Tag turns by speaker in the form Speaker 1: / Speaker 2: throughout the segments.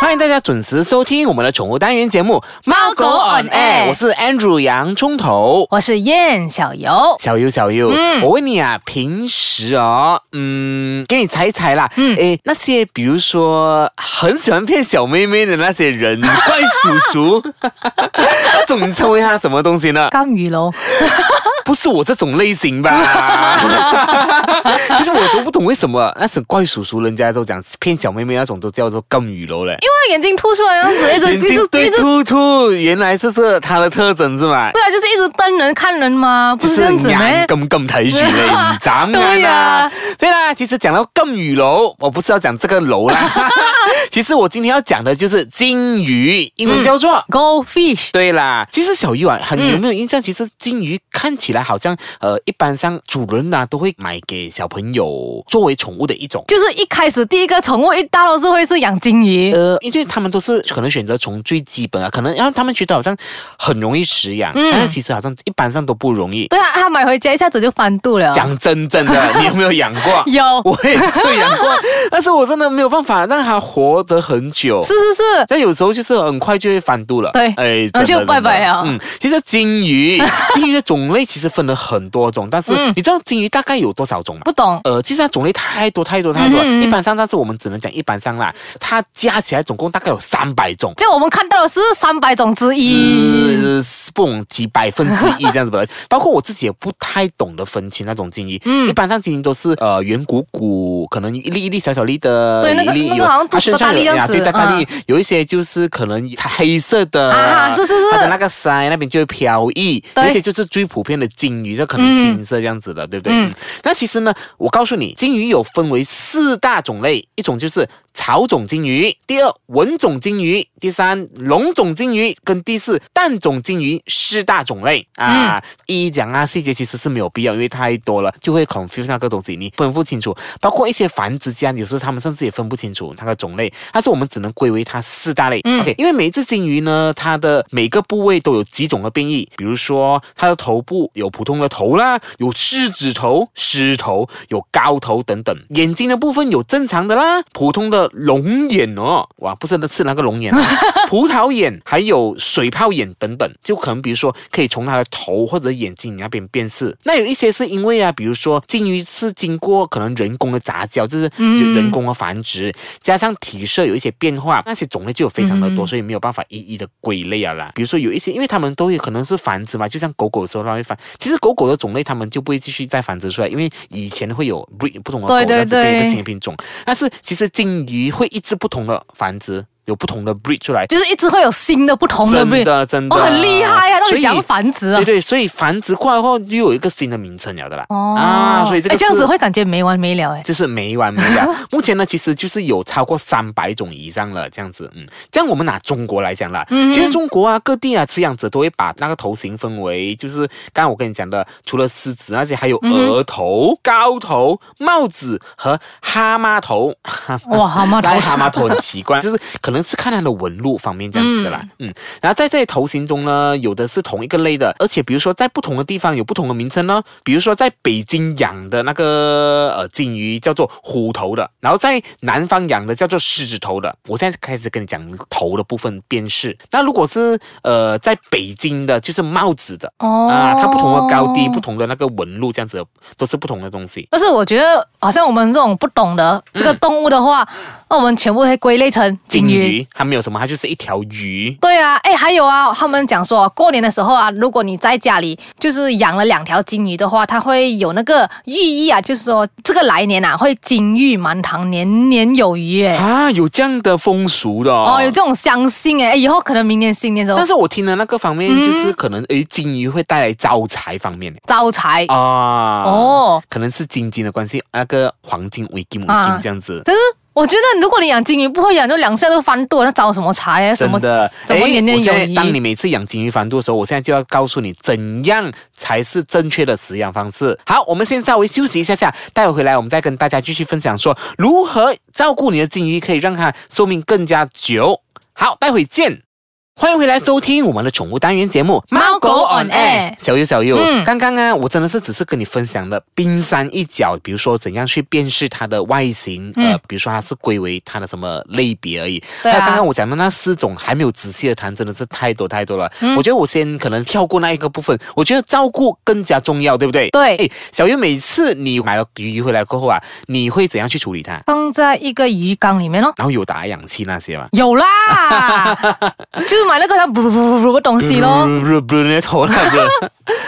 Speaker 1: 欢迎大家准时收听我们的宠物单元节目《猫狗 on air》，我是 Andrew 洋葱头。
Speaker 2: 我是燕小游。
Speaker 1: 小优，小优，
Speaker 2: 嗯
Speaker 1: 我问你啊，平时哦，嗯，给你猜一猜啦，嗯，
Speaker 2: 嗯
Speaker 1: 诶，那些比如说很喜欢骗小妹妹的那些 人，怪叔叔，那种你称为他什么东 西呢？
Speaker 2: 金鱼楼，
Speaker 1: 不是我这种类型吧？ 其实我都不懂为什么那种怪叔叔，人家都讲骗小妹妹那种都叫做金鱼楼嘞。
Speaker 2: 因为眼睛凸出来样子，一直
Speaker 1: 眼
Speaker 2: 一
Speaker 1: 睛
Speaker 2: 直
Speaker 1: 对
Speaker 2: 一直，
Speaker 1: 突突，原来这是他的特征是吗？
Speaker 2: 对啊，就是一直瞪人看人嘛，不是这样子咩？
Speaker 1: 咁咁睇住 你，唔眨眼
Speaker 2: 對
Speaker 1: 啊
Speaker 2: 啊！
Speaker 1: 所以啦，其实讲到金鱼楼，我不是要讲这个楼 啦，其实我今天要讲的就是金鱼，英文叫做。
Speaker 2: Go fish，
Speaker 1: 对啦，其实小鱼啊，很
Speaker 2: 嗯
Speaker 1: 有没有印象？其实金鱼看起来好像，呃，一般上主人呐、都会买给小朋友作为宠物的一种。
Speaker 2: 就是一开始第一个宠物一大多是会是养金鱼，
Speaker 1: 呃，因为他们都是可能选择从最基本啊，可能让他们觉得好像很容易食养，
Speaker 2: 嗯
Speaker 1: 但是其实好像一般上都不容易。
Speaker 2: 对啊，它买回家一下子就翻肚了。？
Speaker 1: 讲真真的，你有没有养过
Speaker 2: 有，
Speaker 1: 我也是养过， 但是我真的没有办法让它活得很久。
Speaker 2: 是是是，
Speaker 1: 但有时候就是很快就会反肚了，
Speaker 2: 对
Speaker 1: 哎，
Speaker 2: 然后就
Speaker 1: 真的
Speaker 2: 拜拜了
Speaker 1: 真的嗯，其实金 鱼，金鱼的种类其实分了很多种，但是
Speaker 2: 嗯
Speaker 1: 你知道金鱼大概有多少种吗？
Speaker 2: 不懂
Speaker 1: 呃，其实它种类太多太多太多了，
Speaker 2: 嗯嗯嗯
Speaker 1: 一般上，但是我们只能讲一般上啦，它加起来总共大概有三百种。
Speaker 2: 就我们看到的是三百种之一。
Speaker 1: 是是不懂几百分之一这样子吧，包括我自己也不太懂得分清那种金鱼。
Speaker 2: 嗯
Speaker 1: 一般上金鱼都是呃圆鼓鼓，可能一粒一粒小小粒的，
Speaker 2: 对那个
Speaker 1: 一粒
Speaker 2: 那个
Speaker 1: 有
Speaker 2: 好像
Speaker 1: 它身上
Speaker 2: 大大粒
Speaker 1: 有
Speaker 2: 这样子
Speaker 1: 对，大大粒，有一些就是可能黑色的，
Speaker 2: 啊哈是是是
Speaker 1: 它的那个鳃那边就会飘逸，
Speaker 2: 对
Speaker 1: 有一些就是最普遍的金鱼，就可能
Speaker 2: 嗯
Speaker 1: 金色这样子的，对不对？
Speaker 2: 嗯
Speaker 1: 那其实呢，我告诉你，金鱼有分为四大种类，一种就是草种金鱼，第二纹种金鱼，第三笼种金鱼，跟第四蛋种金鱼四大种类
Speaker 2: 嗯
Speaker 1: 啊。一一讲啊，细节其实是没有必要，因为太多了，就会 confuse 那个东西，你分不清楚。包括一些繁殖家，有时候他们甚至也分不清楚那个种类，但是我们只能归为它四大类。
Speaker 2: 嗯
Speaker 1: OK，因为每一只金鱼呢，它的每个部位都有几种的变异，比如说它的头部有普通的头啦，有狮子头、狮头，有高头等等。眼睛的部分有正常的啦，普通的龙眼哦，哇，不是那是那个龙眼、啊，葡萄眼，还有水泡眼等等，就可能比如说可以从它的头或者眼睛那边辨识。那有一些是因为啊，比如说金鱼是经过可能人工的杂交，就是
Speaker 2: 嗯
Speaker 1: 人工的啊繁殖，加上体色有一些变化，那些种类就有非常的多，
Speaker 2: 嗯
Speaker 1: 所以没有办法一一的归类啊啦。比如说有一些，因为它们都有可能是繁殖嘛，就像狗狗的时候它会繁，其实狗狗的种类它们就不会继续再繁殖出来，因为以前会有 breed 不同的狗
Speaker 2: 对
Speaker 1: 这样子
Speaker 2: 对
Speaker 1: 变一个
Speaker 2: 对
Speaker 1: 新的品种，但是其实金鱼会一直不同的繁殖。有不同的 breed 出来，
Speaker 2: 就是一直会有新的不同的
Speaker 1: 真
Speaker 2: breed，
Speaker 1: 的真的，
Speaker 2: 我很厉害啊！到
Speaker 1: 所
Speaker 2: 底
Speaker 1: 以
Speaker 2: 怎样繁殖啊
Speaker 1: 对？对，所以繁殖过来后又有一个新的名称了的啦。
Speaker 2: 哦
Speaker 1: 啊，所以这个
Speaker 2: 哎这样
Speaker 1: 是
Speaker 2: 子会感觉没完没了哎。
Speaker 1: 就是没完没 了。目前呢，其实就是有超过三百种以上了，这样子。嗯，这样我们拿中国来讲啦，
Speaker 2: 嗯哼
Speaker 1: 其实中国啊，各地啊，饲养者都会把那个头型分为，就是刚刚我跟你讲的，除了狮子那些，还有
Speaker 2: 嗯
Speaker 1: 额头、高头、帽子和蛤蟆头。
Speaker 2: 哇，蛤蟆
Speaker 1: 癞
Speaker 2: 头
Speaker 1: 蛤蟆头很奇怪，就是可能是看它的纹路方面这样子的啦。嗯然后在这些头型中呢，有的是同一个类的，而且比如说在不同的地方有不同的名称呢。比如说在北京养的那个呃金鱼叫做虎头的，然后在南方养的叫做狮子头的。我现在开始跟你讲头的部分辨识。那如果是呃在北京的，就是帽子的。
Speaker 2: 哦
Speaker 1: 啊，它不同的高低，不同的那个纹路，这样子的都是不同的东西。
Speaker 2: 但是我觉得，好像我们这种不懂的这个动物的话，那、我们全部会归类成金鱼。
Speaker 1: 嗯鱼它没有什么，它就是一条鱼。
Speaker 2: 对啊，哎，还有啊，他们讲说过年的时候啊，如果你在家里就是养了两条金鱼的话，它会有那个寓意啊，就是说这个来年啊会金玉满堂，年年有余哎。
Speaker 1: 啊，有这样的风俗的哦。
Speaker 2: 哦，有这种相信哎，以后可能明年新年的时
Speaker 1: 但
Speaker 2: 候
Speaker 1: 是我听的那个方面
Speaker 2: 嗯
Speaker 1: 就是可能诶，金鱼会带来招财方面的
Speaker 2: 招财、
Speaker 1: 啊。。
Speaker 2: 哦。
Speaker 1: 可能是金金的关系，那个黄金、尾金、母金
Speaker 2: 啊
Speaker 1: 这样子，
Speaker 2: 但是我觉得，如果你养金鱼不会养，就两下都翻肚，那招什么财啊？什
Speaker 1: 真
Speaker 2: 么
Speaker 1: 的。
Speaker 2: 怎么
Speaker 1: 诶我
Speaker 2: 年年
Speaker 1: 现
Speaker 2: 有
Speaker 1: 在
Speaker 2: 余？
Speaker 1: 当你每次养金鱼繁多的时候，我现在就要告诉你怎样才是正确的饲养方式。好，我们先稍微休息一下下，待会回来我们再跟大家继续分享说如何照顾你的金鱼，可以让它寿命更加久。好，待会见。欢迎回来收听我们的宠物单元节目《
Speaker 2: 猫狗 on air
Speaker 1: 小优小优，
Speaker 2: 嗯
Speaker 1: 刚刚啊，我真的是只是跟你分享了冰山一角，比如说怎样去辨识它的外形，呃
Speaker 2: 嗯，
Speaker 1: 比如说它是归为它的什么类别而已。
Speaker 2: 对啊
Speaker 1: 哎那刚刚我讲的那四种还没有仔细的谈，真的是太多太多了。
Speaker 2: 嗯
Speaker 1: 我觉得我先可能跳过那一个部分，我觉得照顾更加重要，对不对？
Speaker 2: 对
Speaker 1: 哎，小优，每次你买了鱼回来过后啊，你会怎样去处理它？
Speaker 2: 放在一个鱼缸里面咯。
Speaker 1: 然后有打氧气那些吗？
Speaker 2: 有啦，就是买那个它噗噗噗噗的东西咯。
Speaker 1: 不不不，你的头了。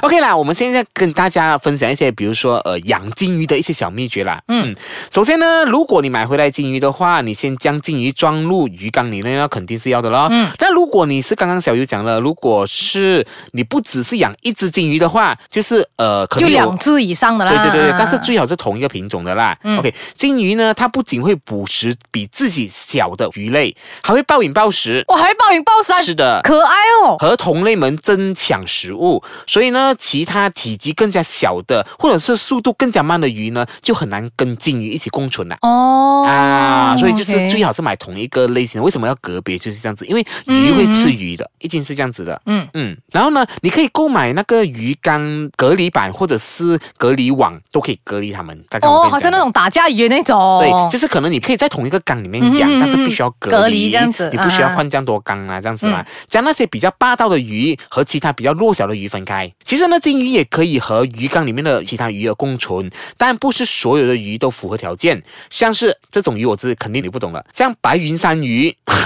Speaker 1: OK 啦，我们现在跟大家分享一些，比如说呃养金鱼的一些小秘诀啦。
Speaker 2: 嗯，
Speaker 1: 首先呢，如果你买回来金鱼的话，你先将金鱼装入鱼缸里面，那肯定是要的咯。
Speaker 2: 嗯，
Speaker 1: 那如果你是刚刚小鱼讲了，如果是你不只是养一只金鱼的话，就是呃可
Speaker 2: 就
Speaker 1: 能有
Speaker 2: 两只以上的啦。
Speaker 1: 对对对，但是最好是同一个品种的啦。
Speaker 2: 嗯
Speaker 1: OK，金鱼呢，它不仅会捕食比自己小的鱼类，还会暴饮暴食。
Speaker 2: 我还会暴饮暴食啊，
Speaker 1: 是的，
Speaker 2: 可爱哦。
Speaker 1: 和同类们争抢食物，所以呢，其他体积更加小的或者是速度更加慢的鱼呢，就很难跟金鱼一起共存啦。
Speaker 2: 哦
Speaker 1: 啊，所以就是最
Speaker 2: 好。
Speaker 1: 好是买同一个类型的，为什么要隔别？就是这样子，因为鱼会吃鱼的，一定是这样子的。
Speaker 2: 嗯
Speaker 1: 嗯，然后呢，你可以购买那个鱼缸隔离板或者是隔离网，都可以隔离它们。刚刚我
Speaker 2: 哦，
Speaker 1: 跟你
Speaker 2: 好像
Speaker 1: 讲的
Speaker 2: 那种打架鱼的那种。
Speaker 1: 对，就是可能你可以在同一个缸里面养，
Speaker 2: 哦嗯哼
Speaker 1: 但是必须要隔离
Speaker 2: 隔离这样子嗯
Speaker 1: 你不需要
Speaker 2: 啊
Speaker 1: 换这样多缸啊，这样子嘛，将那些比较霸道的鱼和其他比较弱小的鱼分开。其实呢，金鱼也可以和鱼缸里面的其他鱼儿共存，但不是所有的鱼都符合条件。像是这种鱼，我是肯定你不懂了，像白云山鱼。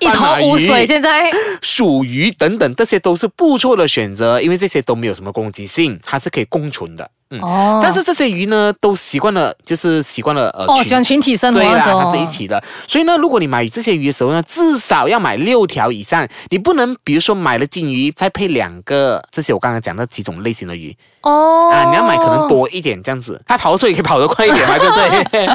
Speaker 2: 一头
Speaker 1: 斑马
Speaker 2: 雾水。
Speaker 1: 鱼
Speaker 2: 现在
Speaker 1: 鼠鱼等等，这些都是不错的选择，因为这些都没有什么攻击性，它是可以共存的。嗯，
Speaker 2: 哦，
Speaker 1: 但是这些鱼呢，都习惯了，就是习惯了呃
Speaker 2: 哦
Speaker 1: 群
Speaker 2: 喜欢群体生活
Speaker 1: 对啦，
Speaker 2: 那种，
Speaker 1: 它是一起的。所以呢，如果你买这些鱼的时候呢，至少要买六条以上，你不能比如说买了金鱼再配两个这些我刚刚讲的几种类型的鱼、
Speaker 2: 哦
Speaker 1: 啊，你要买可能多一点这样子，啊它跑的时候也可以跑得快一点嘛，对不对？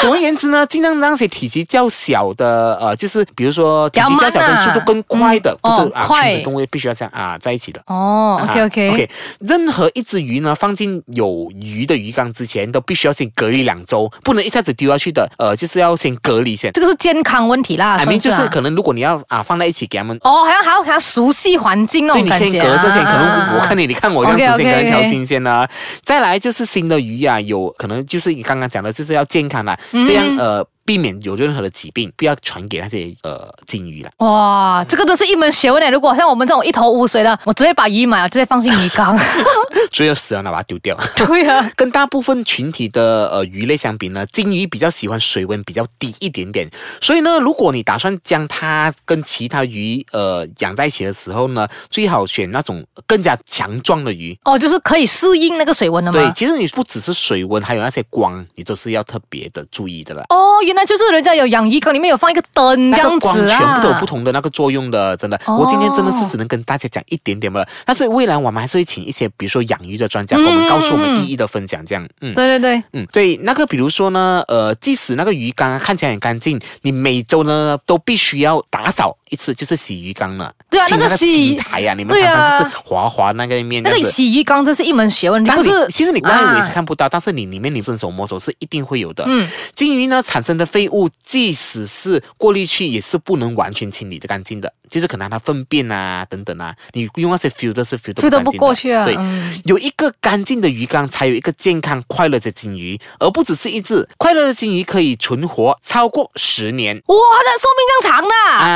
Speaker 1: 总而言之呢，尽量让那些体积较小的呃，就是比如说体积较小
Speaker 2: 比较慢
Speaker 1: 跟
Speaker 2: 啊
Speaker 1: 速度更快的，
Speaker 2: 嗯
Speaker 1: 不
Speaker 2: 哦
Speaker 1: 是啊，
Speaker 2: 快
Speaker 1: 群体动物必须要这样啊在一起的。
Speaker 2: 哦，OK OK，,
Speaker 1: 啊 OK，任何一只鱼呢，放进有鱼的鱼缸之前，都必须要先隔离两周，不能一下子丢下去的。呃，就是要先隔离先。
Speaker 2: 这个是健康问题啦，
Speaker 1: I
Speaker 2: 算
Speaker 1: mean，就是
Speaker 2: 啊
Speaker 1: 可能如果你要啊放在一起给他们，
Speaker 2: 哦，还要还要给它熟悉环境那
Speaker 1: 对
Speaker 2: 种
Speaker 1: 你
Speaker 2: 感
Speaker 1: 先
Speaker 2: 觉、
Speaker 1: 隔
Speaker 2: 啊，
Speaker 1: 这些，可能我看
Speaker 2: 你
Speaker 1: 你，你看我这样子，
Speaker 2: OK，OK，
Speaker 1: 先隔一条
Speaker 2: OK
Speaker 1: 新鲜啦。再来就是新的鱼啊，有可能就是你刚刚讲的，就是要健康啦，
Speaker 2: 嗯
Speaker 1: 这样呃避免有任何的疾病，不要传给那些呃金鱼啦。
Speaker 2: 哇，这个都是一门学问欸的。如果像我们这种一头雾水的，我直接把鱼买了，直接放进鱼 缸。
Speaker 1: 最后死了，那把它丢掉。对啊，跟大部分群体的呃鱼类相比呢，鲸鱼比较喜欢水温比较低一点点，所以呢，如果你打算将它跟其他鱼呃养在一起的时候呢，最好选那种更加强壮的鱼。
Speaker 2: 哦，就是可以适应那个水温的
Speaker 1: 对，
Speaker 2: 吗？
Speaker 1: 其实你不只是水温，还有那些光，你都是要特别的注意的啦。
Speaker 2: 哦，原来就是人家有养鱼缸，里面有放一个灯
Speaker 1: 那
Speaker 2: 这样
Speaker 1: 个光
Speaker 2: 子啊。
Speaker 1: 全部都有不同的那个作用的，真的。
Speaker 2: 哦
Speaker 1: 我今天真的是只能跟大家讲一点点吧，但是未来我们还是会请一些，比如说养鱼的专家，给我
Speaker 2: 嗯
Speaker 1: 们告诉我
Speaker 2: 嗯嗯
Speaker 1: 们一一的分享，这样。嗯，
Speaker 2: 对对对，
Speaker 1: 嗯，对，那个比如说呢，呃，即使那个鱼缸看起来很干净，你每周呢都必须要打扫一次，就是洗鱼缸了。
Speaker 2: 对啊
Speaker 1: 清
Speaker 2: 那个洗
Speaker 1: 青苔呀、你们
Speaker 2: 对
Speaker 1: 常
Speaker 2: 啊
Speaker 1: 常就是滑滑那个一面
Speaker 2: 那
Speaker 1: 这
Speaker 2: 个
Speaker 1: 样子。
Speaker 2: 洗鱼缸这是一门学问，
Speaker 1: 但
Speaker 2: 不
Speaker 1: 你
Speaker 2: 是
Speaker 1: 其实你外围是
Speaker 2: 啊
Speaker 1: 看不到，但是你里面你伸手摸手是一定会有的。
Speaker 2: 嗯，
Speaker 1: 鲸鱼呢产生的废物，即使是过滤器，也是不能完全清理的干净的，就是可能它粪便啊等等啊，你用那些 filter 是 filter
Speaker 2: 飞
Speaker 1: 不
Speaker 2: 得
Speaker 1: 干
Speaker 2: 不
Speaker 1: 净的
Speaker 2: 过去啊。
Speaker 1: 对，
Speaker 2: 嗯
Speaker 1: 有一个干净的鱼缸，才有一个健康快乐的金鱼，而不只是一只。快乐的金鱼可以存活超过十年。
Speaker 2: 哇，那寿命这样长的啊、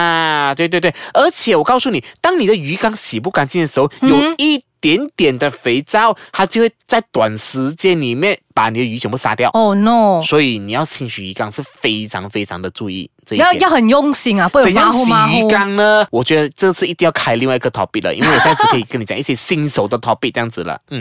Speaker 1: 啊，对对对，而且我告诉你，当你的鱼缸洗不干净的时候，
Speaker 2: 嗯
Speaker 1: 有一点点的肥皂，它就会在短时间里面把你的鱼全部杀掉。
Speaker 2: 哦 no！
Speaker 1: 所以你要清洗鱼缸是非常非常的注意这一
Speaker 2: 要
Speaker 1: 点。
Speaker 2: 要很用心啊，不能
Speaker 1: 怎
Speaker 2: 马
Speaker 1: 样
Speaker 2: 虎马
Speaker 1: 洗
Speaker 2: 虎
Speaker 1: 鱼。缸呢？我觉得这次一定要开另外一个 topic 了，因为我现在只可以跟你讲一些新手的 topic 这样子了。嗯，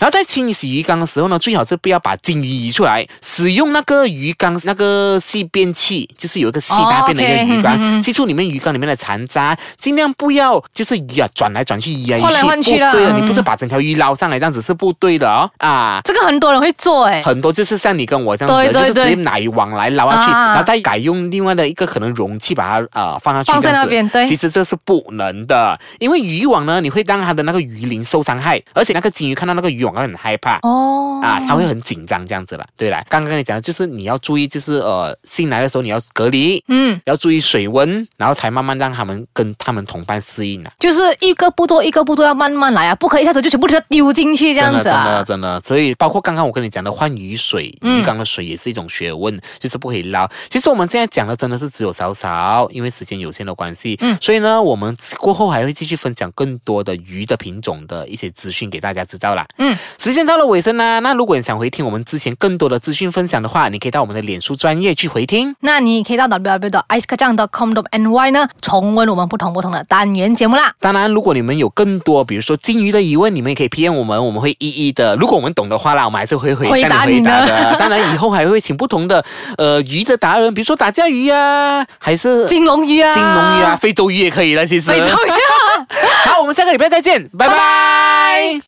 Speaker 1: 然后在清洗鱼缸的时候呢，最好是不要把金鱼移出来，使用那个鱼缸那个细便器，就是有一个细
Speaker 2: 哦
Speaker 1: 大便的一
Speaker 2: OK，
Speaker 1: 个鱼缸，
Speaker 2: 嗯嗯嗯
Speaker 1: 去除里面鱼缸里面的残渣，尽量不要就是鱼啊转来转去，移来移去，
Speaker 2: 换来换去
Speaker 1: 不
Speaker 2: 啦
Speaker 1: 对了，啊你
Speaker 2: 嗯
Speaker 1: 不是把整条鱼捞上来，这样子是不对的哦啊。
Speaker 2: 这个很多人会做哎、
Speaker 1: 很多就是像你跟我这样子，
Speaker 2: 对对
Speaker 1: 就是直
Speaker 2: 对
Speaker 1: 接拿网来捞下去，
Speaker 2: 啊
Speaker 1: 然后再改用另外的的一个可能容器，把它啊、呃放下去，
Speaker 2: 放在
Speaker 1: 这样
Speaker 2: 那
Speaker 1: 子
Speaker 2: 边对
Speaker 1: 其实这是不能的，因为渔网呢，你会让它的那个鱼鳞受伤害，而且那个金鱼看到那个渔网会很害怕。
Speaker 2: 哦
Speaker 1: 啊，它会很紧张这样子了。对啦，刚刚跟你讲的就是你要注意，就是呃，新来的时候你要隔离，
Speaker 2: 嗯，
Speaker 1: 要注意水温，然后才慢慢让他们跟他们同伴适应啊。
Speaker 2: 就是一个步骤一个步骤要慢慢来啊，不可以一下子就全部给它丢进去这样子
Speaker 1: 真的
Speaker 2: 啊。
Speaker 1: 真的真的，所以包括刚刚我跟你讲的换鱼水，
Speaker 2: 嗯
Speaker 1: 鱼缸的水也是一种学问，就是不可以捞。其实我们现在讲的真的是只有少少，因为时间有限的关系，
Speaker 2: 嗯
Speaker 1: 所以呢，我们过后还会继续分享更多的鱼的品种的一些资讯给大家知道啦。
Speaker 2: 嗯，
Speaker 1: 时间到了尾声啦，那如果你想回听我们之前更多的资讯分享的话，你可以到我们的脸书专业去回听。
Speaker 2: 那你可以到 www. i c e k a j a n g com. ny 呢重温我们不同不同的单元节目啦。
Speaker 1: 当然，如果你们有更多，比如说金鱼的疑问，你们也可以 PM 我们，我们会一一的。如果我们懂的话啦，我们还是会回
Speaker 2: 回答
Speaker 1: 向你回答
Speaker 2: 你呢
Speaker 1: 的。当然，以后还会请不同的呃鱼的达人，比如说打架鱼啊，还 是
Speaker 2: 金龙鱼啊，
Speaker 1: 金龙鱼 啊，非洲鱼也可以了。其实，
Speaker 2: 非洲鱼啊。
Speaker 1: 好，我们下个礼拜再见，拜拜